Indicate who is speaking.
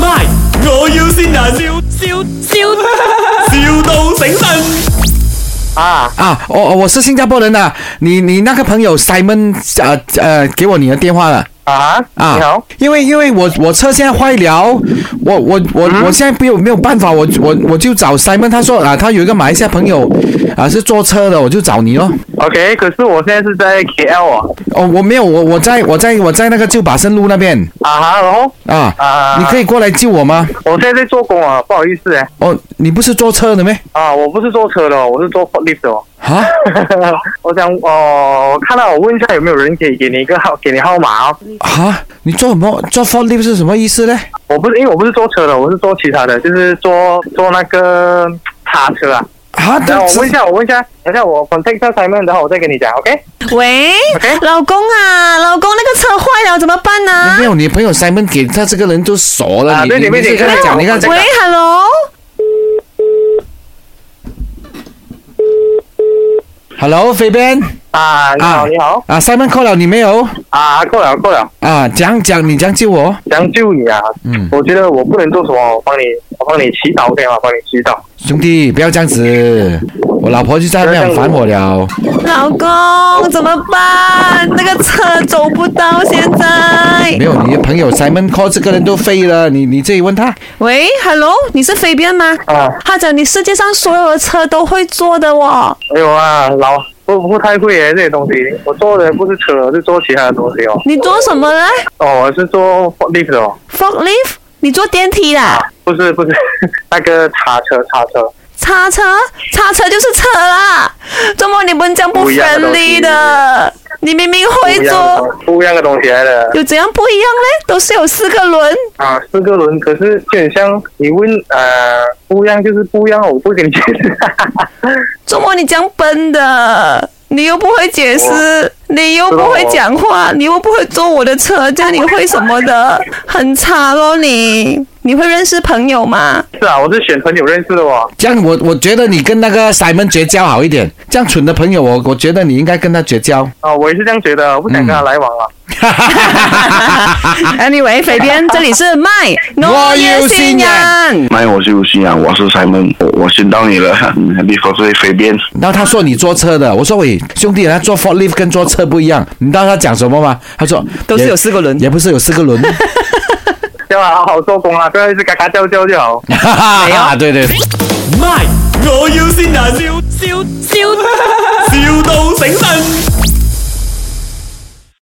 Speaker 1: 卖！我要先人，笑笑笑，,笑到醒神。
Speaker 2: 啊，
Speaker 3: 啊，我、我是新加坡人呐、你你那个朋友 Simon 呃呃给我你的电话了
Speaker 2: 啊，
Speaker 3: 啊，
Speaker 2: 你好，
Speaker 3: 因为因为我我车现在坏了，我我我、
Speaker 2: 嗯
Speaker 3: 我现在没有没有办法，我我我就找 Simon，他说啊他有一个马来西亚朋友啊是坐车的，我就找你咯。
Speaker 2: OK，可是我现在是在 KL 哦，
Speaker 3: 哦，我没有，我我在我在我在那个旧巴生路那边
Speaker 2: 啊哈，然后
Speaker 3: 啊，
Speaker 2: 啊
Speaker 3: 你可以过来救我吗？
Speaker 2: 我现在在做工啊，不好意思哎，
Speaker 3: 哦，你不是坐车的咩？
Speaker 2: 啊，我不是坐车的哦，我是做 forklift 的哦，
Speaker 3: 啊，
Speaker 2: 我想哦，我看到我问一下有没有人可以给你一个号，给你号码哦，
Speaker 3: 啊，你做什么？做 f o r l i f t 是什么意思呢？
Speaker 2: 我不是，因为我不是坐车的，我是坐其他的，就是坐坐那个叉车啊，
Speaker 3: 啊，
Speaker 2: 等下
Speaker 3: 但
Speaker 2: 我
Speaker 3: 是
Speaker 2: 问一下，我问一下，等一下我 contact 一下 Simon，然后我再跟你讲，OK？
Speaker 4: 喂
Speaker 2: OK
Speaker 4: 老公
Speaker 1: à,
Speaker 4: 啊，老公那个车坏了怎么办呢、
Speaker 3: 没有，你朋友 Simon 给他这个人都傻了，
Speaker 2: 啊
Speaker 3: 你
Speaker 2: 对
Speaker 3: 你
Speaker 2: 对
Speaker 3: 你
Speaker 2: 对
Speaker 3: 跟他
Speaker 2: 对
Speaker 3: 讲，
Speaker 2: 对
Speaker 3: 你看
Speaker 2: 对
Speaker 3: 这
Speaker 4: 喂，hello，
Speaker 3: ，Hello，飞边
Speaker 2: 啊，你好，
Speaker 3: 啊
Speaker 2: 你好，
Speaker 3: 啊，Simon call 了你没有？
Speaker 2: 啊，够了，够了。
Speaker 3: 啊，讲讲你讲救我，
Speaker 2: 想救你啊！
Speaker 3: 嗯
Speaker 2: 我觉得我不能做什么，我帮你，我帮你祈祷，OK 吗？我帮你祈祷。
Speaker 3: 兄弟不要这样子，我老婆就在那边很烦我了。
Speaker 4: 老公怎么办？那个车走不到现在
Speaker 3: 没。有，你的朋友 Simon call 这个人都废了，你你自己问他。
Speaker 4: 喂，hello，你是飞边吗？
Speaker 2: 啊，
Speaker 4: 他讲你世界上所有的车都会做的哦。
Speaker 2: 没有啊，老不不太会耶这些东西。我做的不是车，是做其他的东西哦。
Speaker 4: 你做什么嘞
Speaker 2: 哦，我是做 lift 的哦，啊
Speaker 4: ？forklift？你坐电梯啦？
Speaker 2: 不是不是 那个叉车叉车，
Speaker 4: 叉车？叉车就是车啦。怎么你们这样不
Speaker 2: 不一样的东
Speaker 4: friendly
Speaker 2: 西
Speaker 4: 的？你明明
Speaker 2: 不
Speaker 4: 会
Speaker 2: 一样的
Speaker 4: 坐，
Speaker 2: 东不一样的东西来的
Speaker 4: 有怎样不一样嘞？都是有四个轮。
Speaker 2: 啊。四个轮，可是就很像你问呃不一样就是不一样，我不会跟你解释。
Speaker 4: 怎么你这样笨的？你又不会解释，你又不会讲话，你又不会坐我的车，这样你会什么的？很差咯你。你会认识朋友 吗？
Speaker 2: 是啊，我是选朋友认识的哦。
Speaker 3: 这样我我觉得你跟那个 Simon 绝交好一点，这样蠢的朋友我我觉得你应该跟他绝交。
Speaker 2: 啊，我也是这样觉得，我不想跟他来往啊
Speaker 4: 嗯
Speaker 2: 了。
Speaker 4: anyway，肥边，这里是麦，
Speaker 3: 我要新人。
Speaker 5: 麦，我是吴欣阳，我是 Simon，我我先到你了，嗯你口水随便。
Speaker 3: 然后他说你坐车的，我说喂兄弟，人家坐 forklift 跟坐车不一样，你知道他讲什么吗？他说
Speaker 4: 都是
Speaker 3: 也
Speaker 4: 有四个轮
Speaker 3: 也不是有四个轮。
Speaker 2: 叫他好好做工啊，不要一直嘎嘎叫叫就好。
Speaker 3: 哈哈哈， 对对。
Speaker 1: 卖！我要先人，笑笑笑，,笑到醒神。